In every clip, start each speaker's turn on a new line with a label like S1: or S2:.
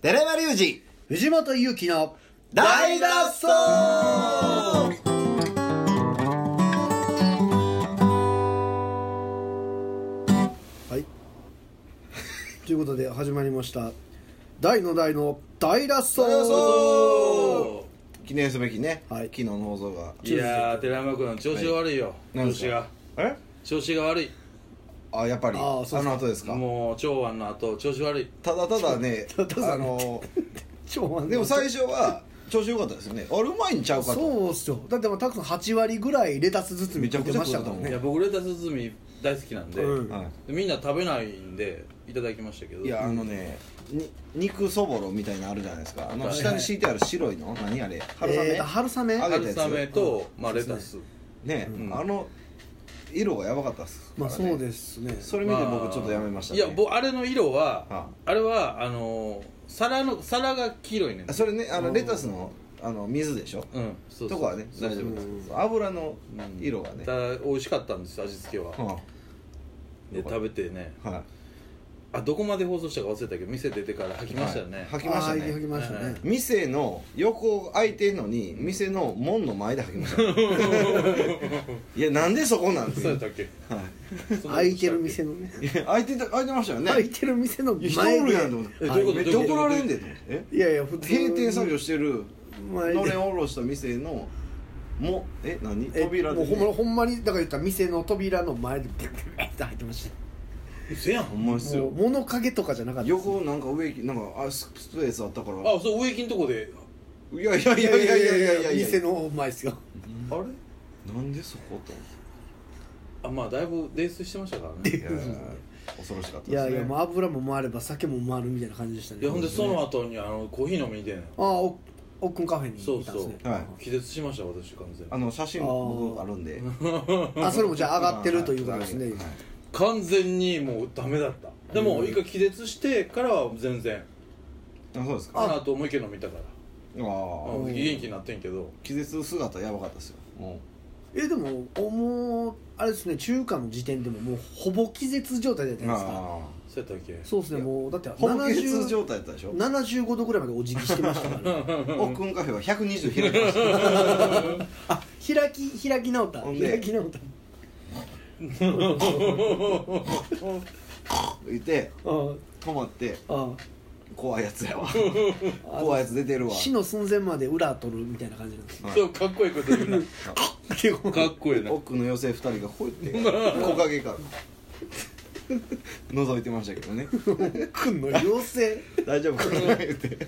S1: 寺山隆二
S2: 藤本勇樹の
S1: 大脱走
S2: はいということで始まりました大の大の大脱走
S1: 記念すべきね、
S2: はい
S1: 昨日の放送が
S3: いやー寺山君調子が悪いよ、
S1: なん
S3: 調
S1: です
S3: 子
S1: か
S3: が
S1: え
S3: 調子が悪い
S1: あやっぱり
S2: あ
S1: あ
S2: ーそうそう
S1: の後ですか
S3: もう長安の後調子悪い
S1: ただただね
S2: ただただ
S1: あの
S2: 超満足
S1: でも最初は調子良かったですよねあれうまいんちゃうかと
S2: そうっすよだってまあたくさん8割ぐらいレタス包み食ってましたから
S1: め
S3: い
S2: ね
S3: や僕レタス包み大好きなんで、
S2: うん
S1: は
S3: でみんな食べないんでいただきましたけど
S1: い、いやあのねに肉そぼろみたいなのあるじゃないですかあの
S3: はい
S1: 下に敷いてある白いの何あれ春雨、
S2: えーと春雨
S1: あ
S3: 春雨と、まあ、レタス、
S1: ね、あの色がやばかったっす
S2: まあ
S1: からね
S2: そうですね
S1: それ見て
S3: まあ
S1: 僕ちょっとやめました、ね、
S3: いや僕あれの色は
S1: は
S3: あれはあのー皿の皿が黄色いねん
S1: あそれねあのレタスのあの水でしょ、
S3: うんそうそ
S1: と
S3: う
S1: かはね
S3: そう
S1: 大
S3: そう
S1: 丈夫です油の
S3: うん
S1: 色がね、
S3: ただ美味しかったんです味付けは、
S1: は
S3: で食べてね
S1: あは
S3: あどこまで放送したか忘れたけど店出てから吐きましたよね、
S1: い、吐きました
S2: あー吐き
S1: ね
S2: ました
S3: はい
S2: ね
S1: 店の横開いてんのに店の門の前で吐きましたいやなんでそこなんて
S3: そうやったっけ
S1: は
S2: 開いてる店のね
S1: いいや開いてた開いてましたよね
S2: 開いてる店の
S1: いや人
S2: 前
S1: おるやんと
S2: で
S1: 思って
S3: えどういうこと
S1: めっちゃ怒られんでと思ってえ
S2: いやいや普通に
S1: 閉店作業してる
S2: 前で
S1: のれんおろした店のもえ何
S2: え
S1: 扉で、
S2: もう
S1: ね、
S2: ほんまほんまにだから言ったら店の扉の前でブッブッって入ってまし
S3: せやん
S1: ほんまです
S2: たもう
S1: よ
S2: 物陰とかじゃなかったです
S1: 横なんか植木なんかあススペースあったから
S3: あそう植木のとこで
S1: いやいやいやいやいやいやいやいや
S2: 店の前ですよ
S1: あれなんでそこと
S3: あまあだいぶ泥酔してましたからね
S1: いや恐ろしかった
S2: いやいやもう油も回れば酒も回るみたいな感じでしたね
S3: いやほんでその後にあのコーヒー飲みに行ってんの
S2: ああおおっくんカフェに
S3: そ
S2: 行
S3: う
S2: ったんです
S3: そ
S2: ね
S3: う、
S1: はい
S3: 気絶しました私完全
S1: あ
S3: に
S1: の写真僕あるんで
S2: あそれもじゃあ上がってるということですね
S1: はい
S3: 完全にもうダメだったでも一回気絶してからは全然
S1: あそうですか
S3: あの後もう一軒飲みたから
S1: あ
S3: あ
S1: あ
S3: 元気になってんけど
S1: 気絶姿やばかったですよも
S2: えでもおもうあれですね中華の時点でももうほぼ気絶状態じゃ
S1: う
S2: ないですか
S3: そうやったっけ
S2: そうですねもうだって
S1: ほぼ気絶
S2: 70
S1: 状態やったでしょ
S2: 75度ぐらいまでお辞儀してましたからね
S1: 奥君カフェは120開いてました
S2: あ開き開き直った
S1: ほんで
S2: 開き直った
S1: いて
S2: あ
S1: 止まって
S2: あ
S1: 怖いやつやわ怖いやつ出てるわ
S2: 死の寸前まで裏取るみたいな感じなんですよ
S1: はい
S3: そうかっこいいこと 言うな
S2: 結構
S3: かっこいいな
S1: 奥の妖精2人がこうやって木陰から覗いてましたけどね
S2: くんの妖精
S1: 大丈夫かな言って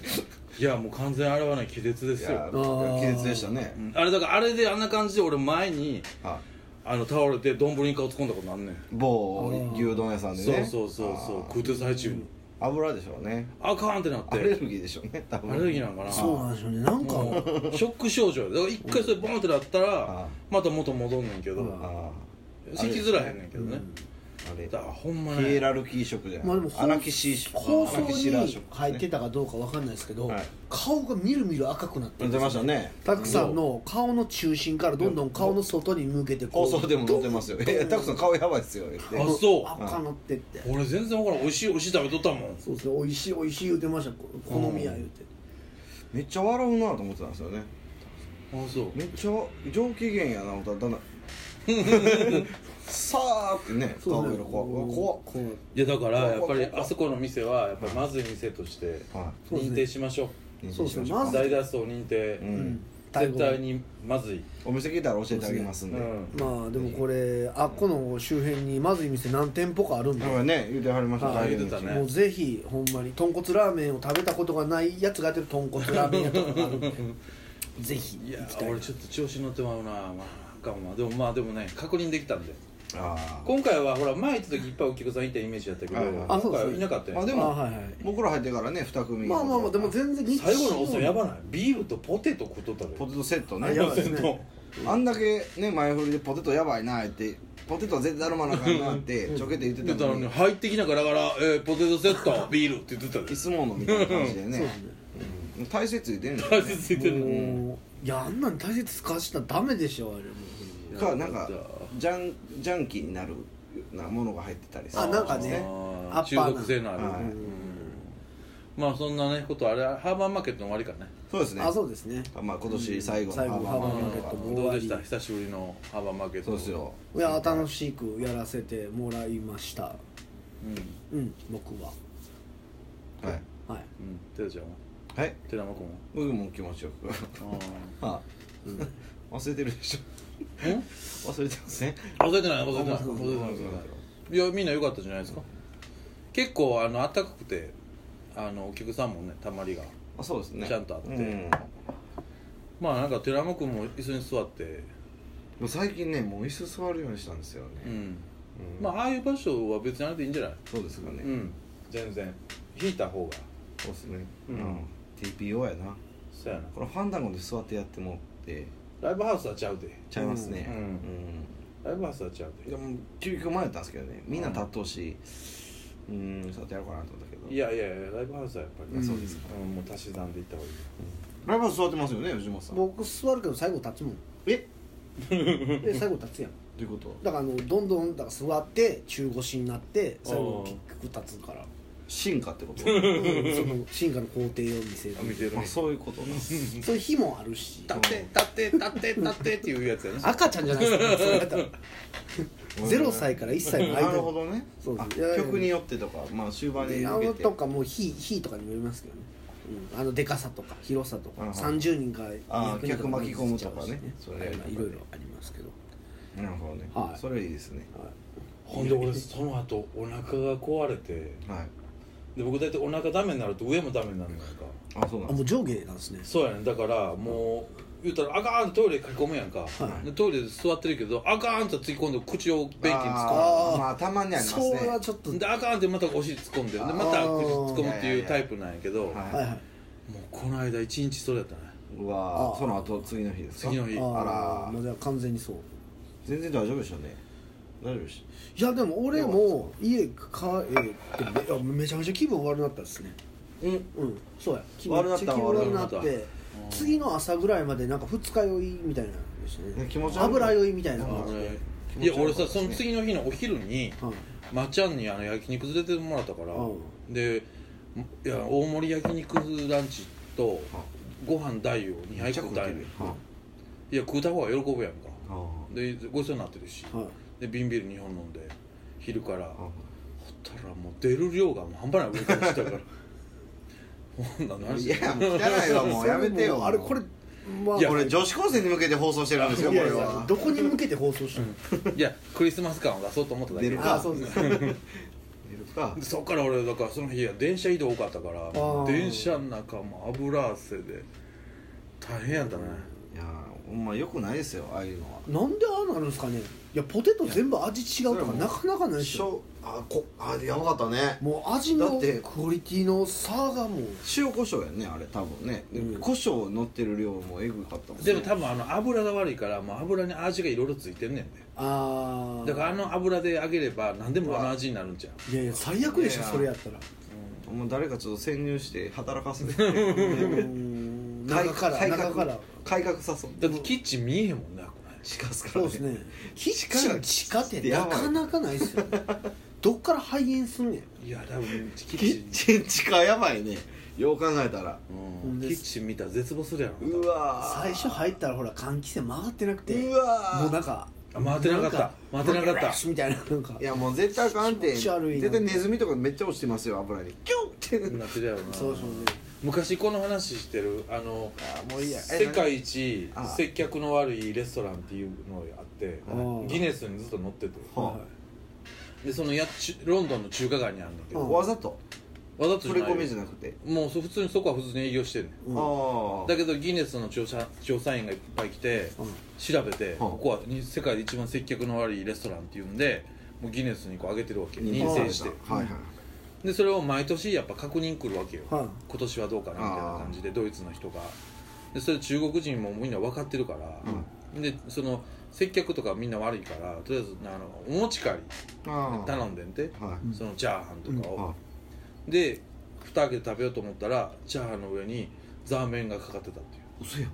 S3: いやもう完全にあれはね気絶で
S1: い
S3: す
S1: や
S3: よ
S2: ー
S1: 気絶でしたね
S3: うんあれだからあれであんな感じで俺前に
S1: は
S3: あの倒れて丼に顔突っ込んだことあんねん
S1: い某牛丼屋さんで
S3: そ
S1: ね
S3: うそうそうそう
S1: あー
S3: 食うてる最中に
S1: 油でしょうね
S3: あかんってなって
S1: アレルギーでしょうね多分
S3: アレルギーなんか な
S2: そうなんですよねなんか
S3: もうショック症状やだから一回それボンってなった
S1: あ
S3: らまた元戻んねんけ
S2: うん
S3: ど
S1: あ
S3: 咳づらへんねんけどね
S1: ーあれ
S3: だからほんま
S1: ヒエ
S3: ね
S1: ラルキー色じゃない、
S2: まあでも
S1: アナキシー色
S2: 放
S1: ア
S2: 送
S1: ナキシ
S2: に
S1: ラー色
S2: 入ってたかどうかわかんないですけど、
S1: はい
S2: 顔がみるみる赤くなって
S1: 出てましたね
S2: たくさんの顔の中心からどんどん顔の外に向けて
S1: 放送でも載って
S2: す
S1: ますよ「えたくさん顔やばいっすよ」言って
S3: あそう
S2: 赤なってって
S3: 俺全然ほら美味しい美味しい食べとったもん
S2: そうですね美味しい美味しい言うてましたこ好みや言うて
S1: めっちゃ笑うなと思ってたんですよね
S3: あそう
S1: めっちゃ上機嫌やな思ったらだん だんさあってね
S2: そ
S1: 顔
S2: う
S1: 色
S2: で
S1: が
S2: すね
S1: 怖い怖っ
S2: こう
S3: いやだからやっぱりあそこの店はやっぱりまずい店として
S1: は
S2: そうです
S3: 認
S2: ね
S3: 定しましょ
S1: い
S2: そうですね
S1: 認定しま
S3: う
S2: まず
S1: しょ
S3: 大脱走認定
S1: ううん
S3: 絶対にまずい
S1: お店聞いたら教えてあげますん
S3: う
S1: で
S3: ん
S2: まあでもこれあっこの周辺にまずい店何店舗かあるんで
S1: だからね言うてはりました
S2: はい
S1: 大変
S3: 言うてたね
S2: もうぜひほんまに豚骨ラーメンを食べたことがないやつがやってる豚骨ラーメン屋とかがあるんでぜひ
S3: いや
S2: 行きたい
S3: 俺ちょっと調子乗ってまうなまああかんわでもまあでもね確認できたんで
S1: あ
S3: 今回はほら前行った時いっぱいお客さんいたイメージだったけど
S1: はいはい
S2: あそうです
S3: 今回はいなかった
S1: ー
S3: よ
S1: あで
S2: あ
S1: も
S2: はいはい
S1: 僕ら入ってからね2組
S2: まあまあまあでも全然日
S3: 最後のおっさんやばないビールとポテト食っとったで
S1: ポテトセット
S2: あ
S1: ね
S2: やばいですね
S1: あんだけね前振りでポテトやばいなってポテトは絶対だるまなあかんなってちょけて言って
S3: で
S1: た
S3: た
S1: の
S3: らね
S1: に
S3: 入ってきながらガラガラ、えーポテトセ ットビールって言ってたで
S1: いつものみたいな感じでね
S2: そうですね
S1: うん体勢ついてるんだ
S3: 大
S1: よね
S3: 切ついてるの
S2: もういやあんなん大切使わしたらダメでしょあれもう
S1: かなんかジャンジャンキーになるなものが入ってたりする
S2: あなんかね
S3: あー
S2: アッパーな
S3: 中毒性のある
S1: はい
S3: うんまあそんなねことあれハーバーマーケットの終わりかね
S1: そうですね
S2: あそうですね
S1: まあ今年最後の
S2: 最後のハーバーマーケット
S1: ハーバーマーケット
S2: も終
S3: どう
S2: わ
S3: で
S2: り
S3: した久しぶりのハーバーマーケット
S1: そうですよ
S2: いや楽しくやらせてもらいました
S3: うん
S2: うん僕は
S1: はい
S2: はい
S3: うんてちゃんは
S1: はい
S3: 寺山君
S1: 僕も気持ちよく
S3: は
S1: は
S2: うん
S1: あ 忘れてるでし
S3: あーん
S1: ょ 忘れてません
S3: 忘れてない忘れてない
S2: あそうそう
S3: 忘れてない忘れてないいやみんな良かったじゃないですか結構あの暖かくてあのお客さんもねたまりが
S1: あそうですね
S3: ちゃんとあって
S1: うんで
S3: まあなんか寺山君も椅子に座って
S1: も最近ねもう椅子座るようにしたんですよ
S3: う
S1: ね
S3: ん
S1: うん
S3: まあああいう場所は別にあれでいいんじゃない
S1: そうですか
S3: う
S1: ね
S3: ん全然引いた方が
S1: そうですね
S3: う
S1: うんん TPO やな
S3: そうやな
S1: これファンダゴンで座ってやってもって
S3: ライブハウスはちゃうで
S1: ちゃいますね
S3: うんライブハウスはちゃう
S1: うん
S3: で
S1: でも究極迷ったんですけどねみんな立っとうしうん座ってやろうかなと思ったけど
S3: いやいやいやライブハウスはやっぱり
S2: うん
S1: そうですか
S3: うんもう足し算でいった方がいい
S1: ライブハウス座ってますよね藤本さん
S2: 僕座るけど最後立つ もん
S1: え
S2: で最後立つやん
S1: どういうこと
S2: だからあのどんどんだから座って中腰になって最後結局立つから、
S1: 進化ってこと
S2: うん、その進化の工程を見せる
S3: あ見てる
S1: あそういうことな
S2: そういう日もあるし
S3: 立って立って立って立ってっていうやつやね
S2: 赤ちゃんじゃないですかそれやったら0歳から1歳の間
S1: なるほどね
S2: そう
S1: あ
S2: いやいや
S1: 曲によってとかまあ終盤に
S2: あ
S1: 向け
S2: の
S1: て
S2: とかもう日日とかにもよりますけどね、うん、あのでかさとか広さとか、
S1: うんうん
S2: 30人が
S1: あー
S2: 200人
S1: 客巻き込むとかね
S2: 混ぜ
S1: そ
S2: ちゃうし
S1: れやりとかね
S2: ねまあいろいろありますけど、
S1: なるほどね
S2: はい
S1: それいいですね
S2: はい
S3: ほんで俺その後お腹が壊れて
S1: はい
S3: で僕大体お腹ダメになると上もダメになるのやんか
S1: あそうな
S2: あ
S1: ん
S2: も
S1: で
S2: う上下なんですね
S3: そうやねんだからもう言うたらあかんってトイレ駆け込むやんか、
S2: はい
S3: でトイレで座ってるけどあかんって突っ込んで口を便器に突っ込
S1: あーまあたまにありますね
S2: それはちょっと
S3: むであかんってまたお尻突っ込んでで
S1: あー
S3: また口突っ込むっていうタイプなんやけど
S1: はい
S2: はいはい
S3: もうこの間一日それやったね
S1: うわ
S2: あ
S1: ーその後次の日ですか
S3: 次の日
S2: あ
S1: あ
S2: あ
S1: ら
S2: まあじゃあ完全にそう
S1: 全然大丈夫でしたね大丈夫でし
S2: いやでも俺も家帰ってめいやめちゃめちゃ気分悪なったですね
S1: たうん
S2: うんそうや気分
S1: 悪なった
S2: めっちゃ気分悪なっ
S3: 悪なって
S2: 次の朝ぐらいまでなんか二日酔いみたいなのでしたね
S1: ね気持ち悪い
S2: 油酔いみたいな感じで、
S1: 気
S3: 俺い
S1: 持ち悪か
S3: や俺
S1: った
S3: さ
S1: です
S3: そ
S1: ね
S3: の次の日のお昼に
S2: はい
S3: まっちゃんにあの焼肉連れてもらったから、
S2: う
S3: でいや大盛り焼肉ランチとご飯大を2
S1: めっ
S3: 杯
S1: ちゃ食
S3: 食う
S1: って
S3: た
S1: る
S3: い
S1: よ
S3: ねいや食うた方が喜ぶやんか
S1: あ
S3: でごちそうになってるし、
S2: はい
S3: で瓶ビール2本飲んで昼から
S1: ーあ
S3: ほったらもう出る量がもう半端ない上からしたから ほんなら
S1: ー
S3: 何
S1: い
S3: して
S1: やもう汚いわもうやめてよ
S2: あれこれまあ
S3: いや
S1: これ
S2: い
S1: 女子高生に向けて放送してるんですよ
S2: や
S1: こ
S2: いや
S1: れは
S2: どこに向けて放送したの、
S3: いやクリスマス感を出そうと思っただけ
S1: 出
S3: で
S1: る
S2: ああそうですね
S1: いるか
S3: でそっから俺だからその日いや電車移動多かったから
S2: ー
S3: 電車の中も油汗で大変やったね
S1: いやーほんまよくないですよああいうのは
S2: なんでああなるんですかねいやポテト全部味違うとかなかなかないでし
S1: し
S2: ょ
S1: ょあこあやばかったね
S2: もう味
S1: だ
S2: の
S1: って
S2: クオリティの差がもう
S1: 塩コショウやねあれ多分ね、で
S2: うん
S1: 胡椒乗ってる量もえぐかったもんね
S3: でも多分あの油が悪いからもう油に味がいろいろついてんねんで
S2: ああ
S3: だからあの油で揚げれば何でもあの味になるんじゃん
S2: いやいや最悪でしょ
S1: いや
S2: それやったら
S1: もう誰かちょっと潜入して働かせて
S2: うん中から
S1: 改革
S2: 中から
S1: 改革さそう
S3: だってキッチン見えへんもんなこれ
S1: 近すか
S2: そ
S1: ら
S2: う
S1: ね
S2: ですねキッ
S1: 地
S2: チ
S1: 下
S2: ン地下ってなかなかないですよねどっから肺炎すんねん
S3: いや多分キ
S1: キ
S3: ッチ
S1: ッ
S3: ン
S1: チン地下やばいねよう考えたら
S3: うんキッチン見たら絶望するやろな
S1: うわー
S2: 最初入ったらほら換気扇曲がってなくて
S1: うわー
S2: もうなんか
S3: あ回ってなかった
S2: ん
S3: 回ってなかった
S2: ラッシュみたいななんか
S1: いやもう絶対あかんて
S2: 気持ち悪いな
S1: 絶対ネズミとかめっちゃ落ちてますよ油にキュンって
S3: なってるやろな
S2: そうそう
S3: 昔この話してるあの
S1: あーもういいやえ
S3: 世界一
S1: あ
S3: 接客の悪いレストランっていうのがあって
S2: はい
S3: ギネスにずっと載ってて
S1: は
S2: は
S3: でそのやちロンドンの中華街にあるんだけど
S1: 何わざと
S3: わざとじゃ
S1: 触
S3: な
S1: れ
S3: い
S1: 込みじゃなくて、
S3: もうそ普通にそこは普通に営業してるねん
S2: いうん
S1: ああ
S3: だけどギネスの調査調査員がいっぱい来て
S2: うん
S3: 調べて、
S1: ん
S3: ここはに世界で一番接客の悪いレストランっていうんでもうギネスにこう上げてるわけ認定して
S1: はいはい
S3: でそれを毎年やっぱ確認来るわけよ、
S2: はい
S3: 今年はどうかなみたいな感じでドイツの人がでそれ中国人もみんな分かってるから、でその接客とかみんな悪いからとりあえずあのお持ち帰り
S1: あー
S3: 頼んでんて、
S1: は
S2: うん
S1: い
S3: そのチャーハンとかを、
S1: あ
S3: で蓋開けて食べようと思ったらチャーハンの上にザーメンがかかってたっていう
S1: 嘘や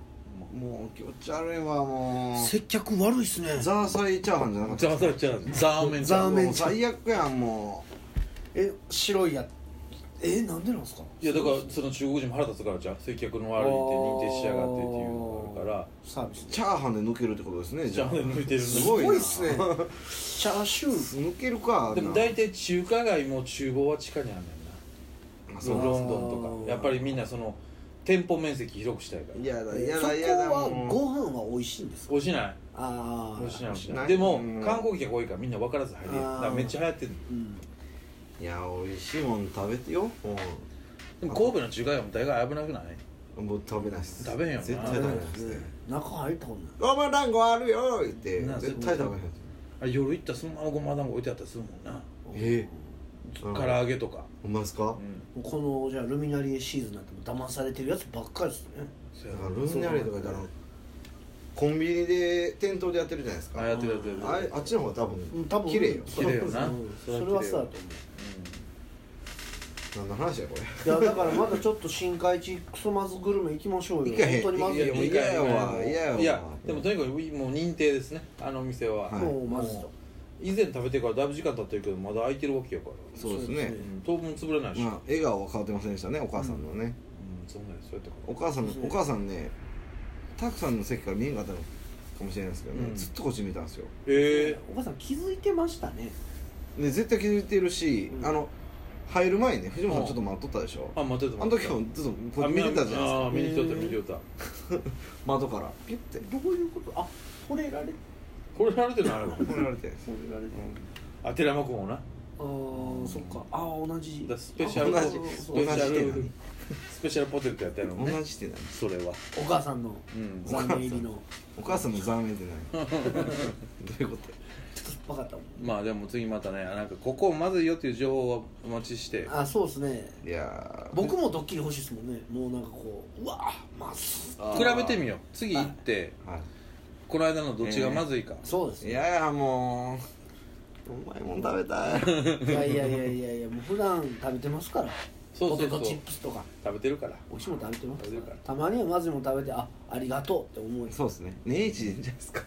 S1: もう気持ち悪いわもう
S2: 接客悪いっすね
S1: ザーサイチャーハンじゃなかった
S3: ザーザーチャーハンザーメンチャーハ
S2: ザー
S3: ン
S2: メン
S1: もう最悪やんも
S2: え白いやえなんでなんですか
S3: いやだからその中国人も腹立つからじゃん接客の悪いって認定しやがってっていうのがあるから
S2: サービス
S1: チャーハンで抜けるってことですね
S3: じゃあ
S1: あ
S3: 抜いてる
S1: す
S2: す
S1: ごいな
S2: ごいっすねチャーシュー
S1: 抜けるか
S3: でも大体中華街も厨房は地下にあんねん
S1: まあ
S3: な
S1: そう
S3: ロ
S1: なんで
S3: ンドンとかやっぱりみんなその店舗面積広くしたいから
S1: すやだや
S2: そこ
S1: だやだ
S2: は
S1: もう
S2: ご飯は美味しいんですか
S3: おしない
S2: ああ
S3: おしないおし
S1: な
S3: ない
S1: い
S3: でも
S1: うん
S3: 観光客多いからみんな分からず入れる
S2: あ
S3: だ
S2: ー
S3: からめっちゃ流行ってる
S2: うん
S1: いや美味しいもん食べてよも
S3: でも神戸の中華街も大概危なくないう
S1: もう食べないっす
S3: 食べへんよな
S1: 絶対
S2: あれ
S1: 食べな
S2: な
S1: い
S2: ん
S1: っ
S2: です
S1: す
S2: ね
S1: ね
S2: 中入ったことない
S1: ごま団子あるよ言って
S3: なあ
S1: 絶対食べへん
S3: あれ夜行ったらそのままごま団子置いてあったりするもんな
S1: えうん
S3: 唐揚げとか
S1: ほんまですか
S3: うん
S2: このじゃあルミナリエシーズンなんてもう騙されてるやつばっかりですね
S3: そ
S1: だ
S3: やな
S1: からルーニャレとか言ったらコンビニで店頭でやってるじゃないですか
S3: あやってるやってる
S1: あれあっちの方が多
S2: う
S1: 分
S2: ん多分
S1: 綺麗よ
S2: そう
S3: 綺麗よな
S2: うんそ
S3: それ
S2: れ
S3: は
S2: は
S3: 綺麗
S2: そうだ
S3: よ
S2: と
S1: 何の話やこれ
S2: 思ういやだからまだちょっと深海地クソまずグルメ行きましょうよ
S1: 行かへん
S2: 本当にまずい
S1: いやもう
S2: よ
S1: 行嫌やわ嫌やわ
S3: いやでもとにかくもう認定ですねあのお店は、
S1: は
S2: もうまずいと
S3: もう以前食べてからだいぶ時間経ってるけどまだ空いてるわけやから、
S1: そうです
S2: そう
S1: ね
S2: です
S3: うん当分潰れないし、
S1: まあ笑顔は変わってませんでしたねお母さんのね
S3: うんそんなにそうやって
S1: お母さんの
S2: そう
S1: お母さんねたくさんの席から見えんかったのかもしれないですけど
S3: う
S1: ね
S3: ん
S1: ずっとこっち見たんですよ
S3: え
S2: お母さん気づいてましたね
S1: で絶対気づいてるし
S2: うん
S1: あの入る前にね藤本さ
S3: うん
S1: んちょっと待っとったでしょ
S3: ー、あ待ってた
S1: あの時もずっとこう見てたじゃないですか
S3: あ見に来とった見に来とった
S1: 窓からピュッて
S2: どういうことあ惚れられ
S3: これられてない
S1: 来ら
S3: の
S1: れて
S2: 惚れられて
S3: あ寺山君もなだか
S2: あーそっかあー同じ
S3: らスペシャル
S1: 同じ
S3: ス
S1: 同じ
S3: ペシャ
S1: 手な
S3: ル
S1: の
S3: スペシャルポテトやったやろね
S1: 同じってなに
S3: それは
S2: お母さんの
S3: うん
S2: 残念入りの
S1: お母さんの残念で ないどういうこと
S2: ちょっと酸っぱかったもん
S3: まあでも次またねなんかここまずいよっていう情報をお待ちして
S2: あそうですね
S1: いやー
S2: 僕もドッキリ欲しいですもんねもうなんかこううわまっす
S1: あ
S3: 比
S1: ー
S3: べてみよう次行って
S1: は
S3: この間のどっちがまずいか、
S2: そうです
S1: いい
S2: ね
S1: やいやもううまいもん食べたい
S2: いやいやいやいやいやもう普段食べてますから
S3: そうそうそう
S2: ポテトチップスとか
S3: 食べてるから
S2: 美味しいもん食べてます
S3: 食べ
S2: から
S3: てるか
S2: た
S3: ら
S2: まにはまずいもん食べてあありがとうって思う
S1: そうですね年一でいいんじゃない ですか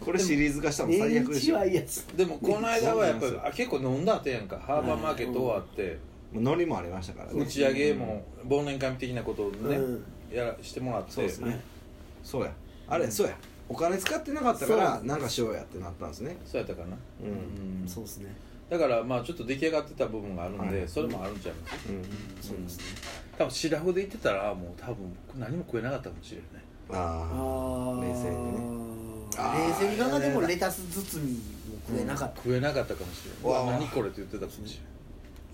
S1: これシリーズ化したの最
S2: 年
S1: 悪で
S2: 一
S1: しょ
S2: はいいやつ
S3: でもこの間はやっ
S1: そうなん
S3: ぱ
S1: です
S3: り
S1: よ
S3: あ結構飲んだ後やんかハーバーマーケット終わって
S1: もうノリもありましたからね
S3: 打ち上げも忘年会的なことをね、
S2: うん
S3: やらしてもらって
S1: そうですねそうやあれそうやお金使ってなかったか
S2: そうな
S1: ら
S2: んです
S1: なんかしようやってなったんですね
S3: そうやったかな、
S1: うん
S3: うん
S2: そうですね
S3: だからまあちょっと出来上がってた部分があるんで、
S1: はい
S3: それもあるんちゃいます
S1: うん
S2: そうですね
S3: 多分シラフで行ってたらもう多分何も食えなかったかもしれない
S2: あ
S1: あ
S2: ー
S1: 冷静にあー
S2: 冷静に考えてもレタス包みも食えなかった
S3: 食えなかったかもしれ
S1: う
S3: な
S1: わ
S3: い
S1: ー
S3: うわ何これって言ってたかもし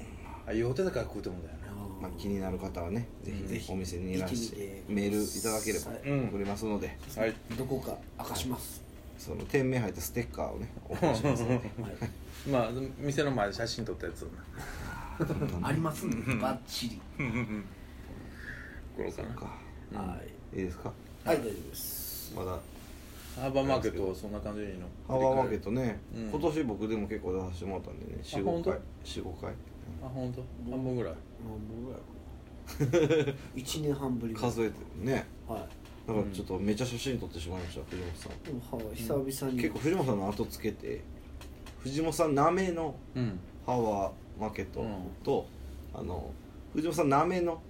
S3: れないあ酔うてたから食うと思うんだよ
S2: あ
S1: ー
S3: な
S1: まあ、気になる方はねぜ
S3: うん
S1: ひぜひお店にいらし
S2: 行っててみて
S1: メールいただければ
S3: うん
S1: 送りますので
S2: ー
S3: はい
S2: どこか明かします
S1: その店名入ったステッカーをねお送りしますので
S2: はい
S3: まあ店の前で写真撮ったやつをな
S2: ありますんでバッチリ
S3: これかな
S1: か
S2: はい
S1: いいですか
S2: はい大丈夫 です
S1: まだ
S3: ハーバーマーケットはそんな感じでいいの
S1: ハワーマーケットね、
S3: うん
S1: 今年僕でも結構出させてもらったんでね
S3: あほん
S1: 45
S3: と
S1: 回45回
S3: あ本当半分ぐらい
S2: もう1年半ぶりぐらい
S1: 数えてね
S2: は
S1: だからちょっとめっちゃ写真撮ってしまいました藤本さん
S2: いでもはい久々に
S1: 結構藤本さんの後つけて藤本さんなめの
S3: うん
S1: ハワーマーケットと、あの藤本さんなめの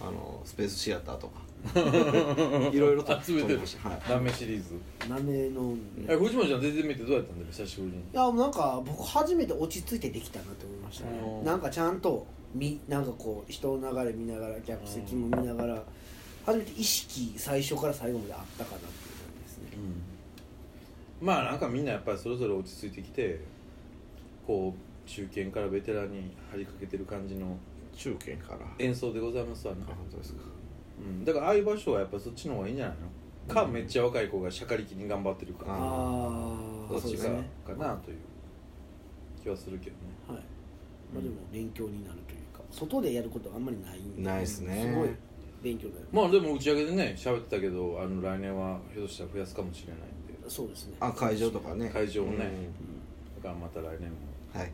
S1: あのスペースシアターとか いろいろと
S3: 集めてる
S1: ましたはい
S3: ダメシリーズ
S2: なめのい
S3: え藤本ちゃん全然見てどうやったんだよ久しぶりに
S2: やなんか僕初めて落ち着いてできたなと思いました
S3: う
S2: ね
S3: ん
S2: なんかちゃんとみなんかこう人の流れ見ながら客席も見ながら初めて意識最初から最後まであったかなっていう感じですね
S3: まあなんかみんなやっぱりそれぞれ落ち着いてきてこう中堅からベテランに張りかけてる感じの
S1: 中堅から
S3: 演奏でございますわな
S1: あ、本当ですか
S3: うん、だからああいう場所はやっぱそっちの方がいいんじゃないのか、めっちゃ若い子がしゃかりきに頑張ってるか
S1: あー
S2: あ
S3: ど
S2: あ
S3: っ
S2: そう
S3: ち
S2: で
S3: か
S2: すね
S3: かなという気はするけどね
S2: はいまあ、でも勉強になるというか外でやることがあんまりないんで
S1: ないっすね
S2: すごい勉強になる、
S3: まあでも打ち上げでね喋ってたけどあの来年はひょっとしたら増やすかもしれないんで
S2: そうですね
S1: あ会場とかね
S3: 会場ね
S1: うん
S3: だからまた来年も
S1: はい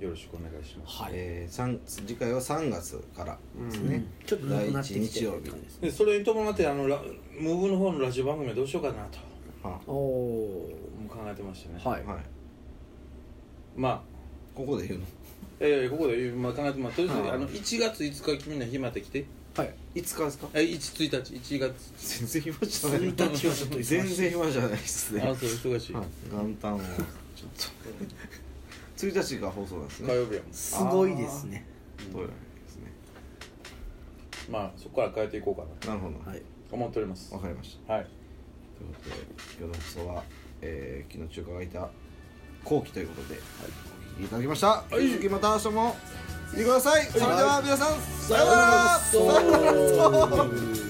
S3: よろしくお願いします
S2: はい、
S1: えー、三次回は3月からですね、
S2: うんちょっとなくなってきて
S1: 第一日曜日
S2: って感じですね
S3: でそれに伴ってあのラムーブの方のラジオ番組はどうしようかなと
S1: は
S2: おお
S3: もう考えてましたね
S2: ーはい
S1: い、はい、
S3: ま
S1: ここで言うの
S3: えー、ここで今考えてまあとりあえず、
S1: うん
S3: あの1月5日君の暇で来て
S2: はい
S1: いつからですか
S3: え1日1月
S1: 全然暇じゃない
S2: 1日はちょっと忙しい
S1: 全然暇じゃないですね
S3: あそう忙しい、
S1: はい元旦はちょっ と1日が放送なんです
S3: 火
S1: ね
S3: 曜日やもん
S2: すごいですね
S1: どうやらですね
S3: まあそこから変えていこうかな
S1: なるほどわ、
S2: はい
S3: と思っております
S1: かりました
S3: はい
S1: ということで今日の放送は、えー、昨日中華がいた後期ということで、お聞きいただきました、はい、続きまた明日も見てください、それでは皆さん、さようなら
S3: さようなら
S1: さようなら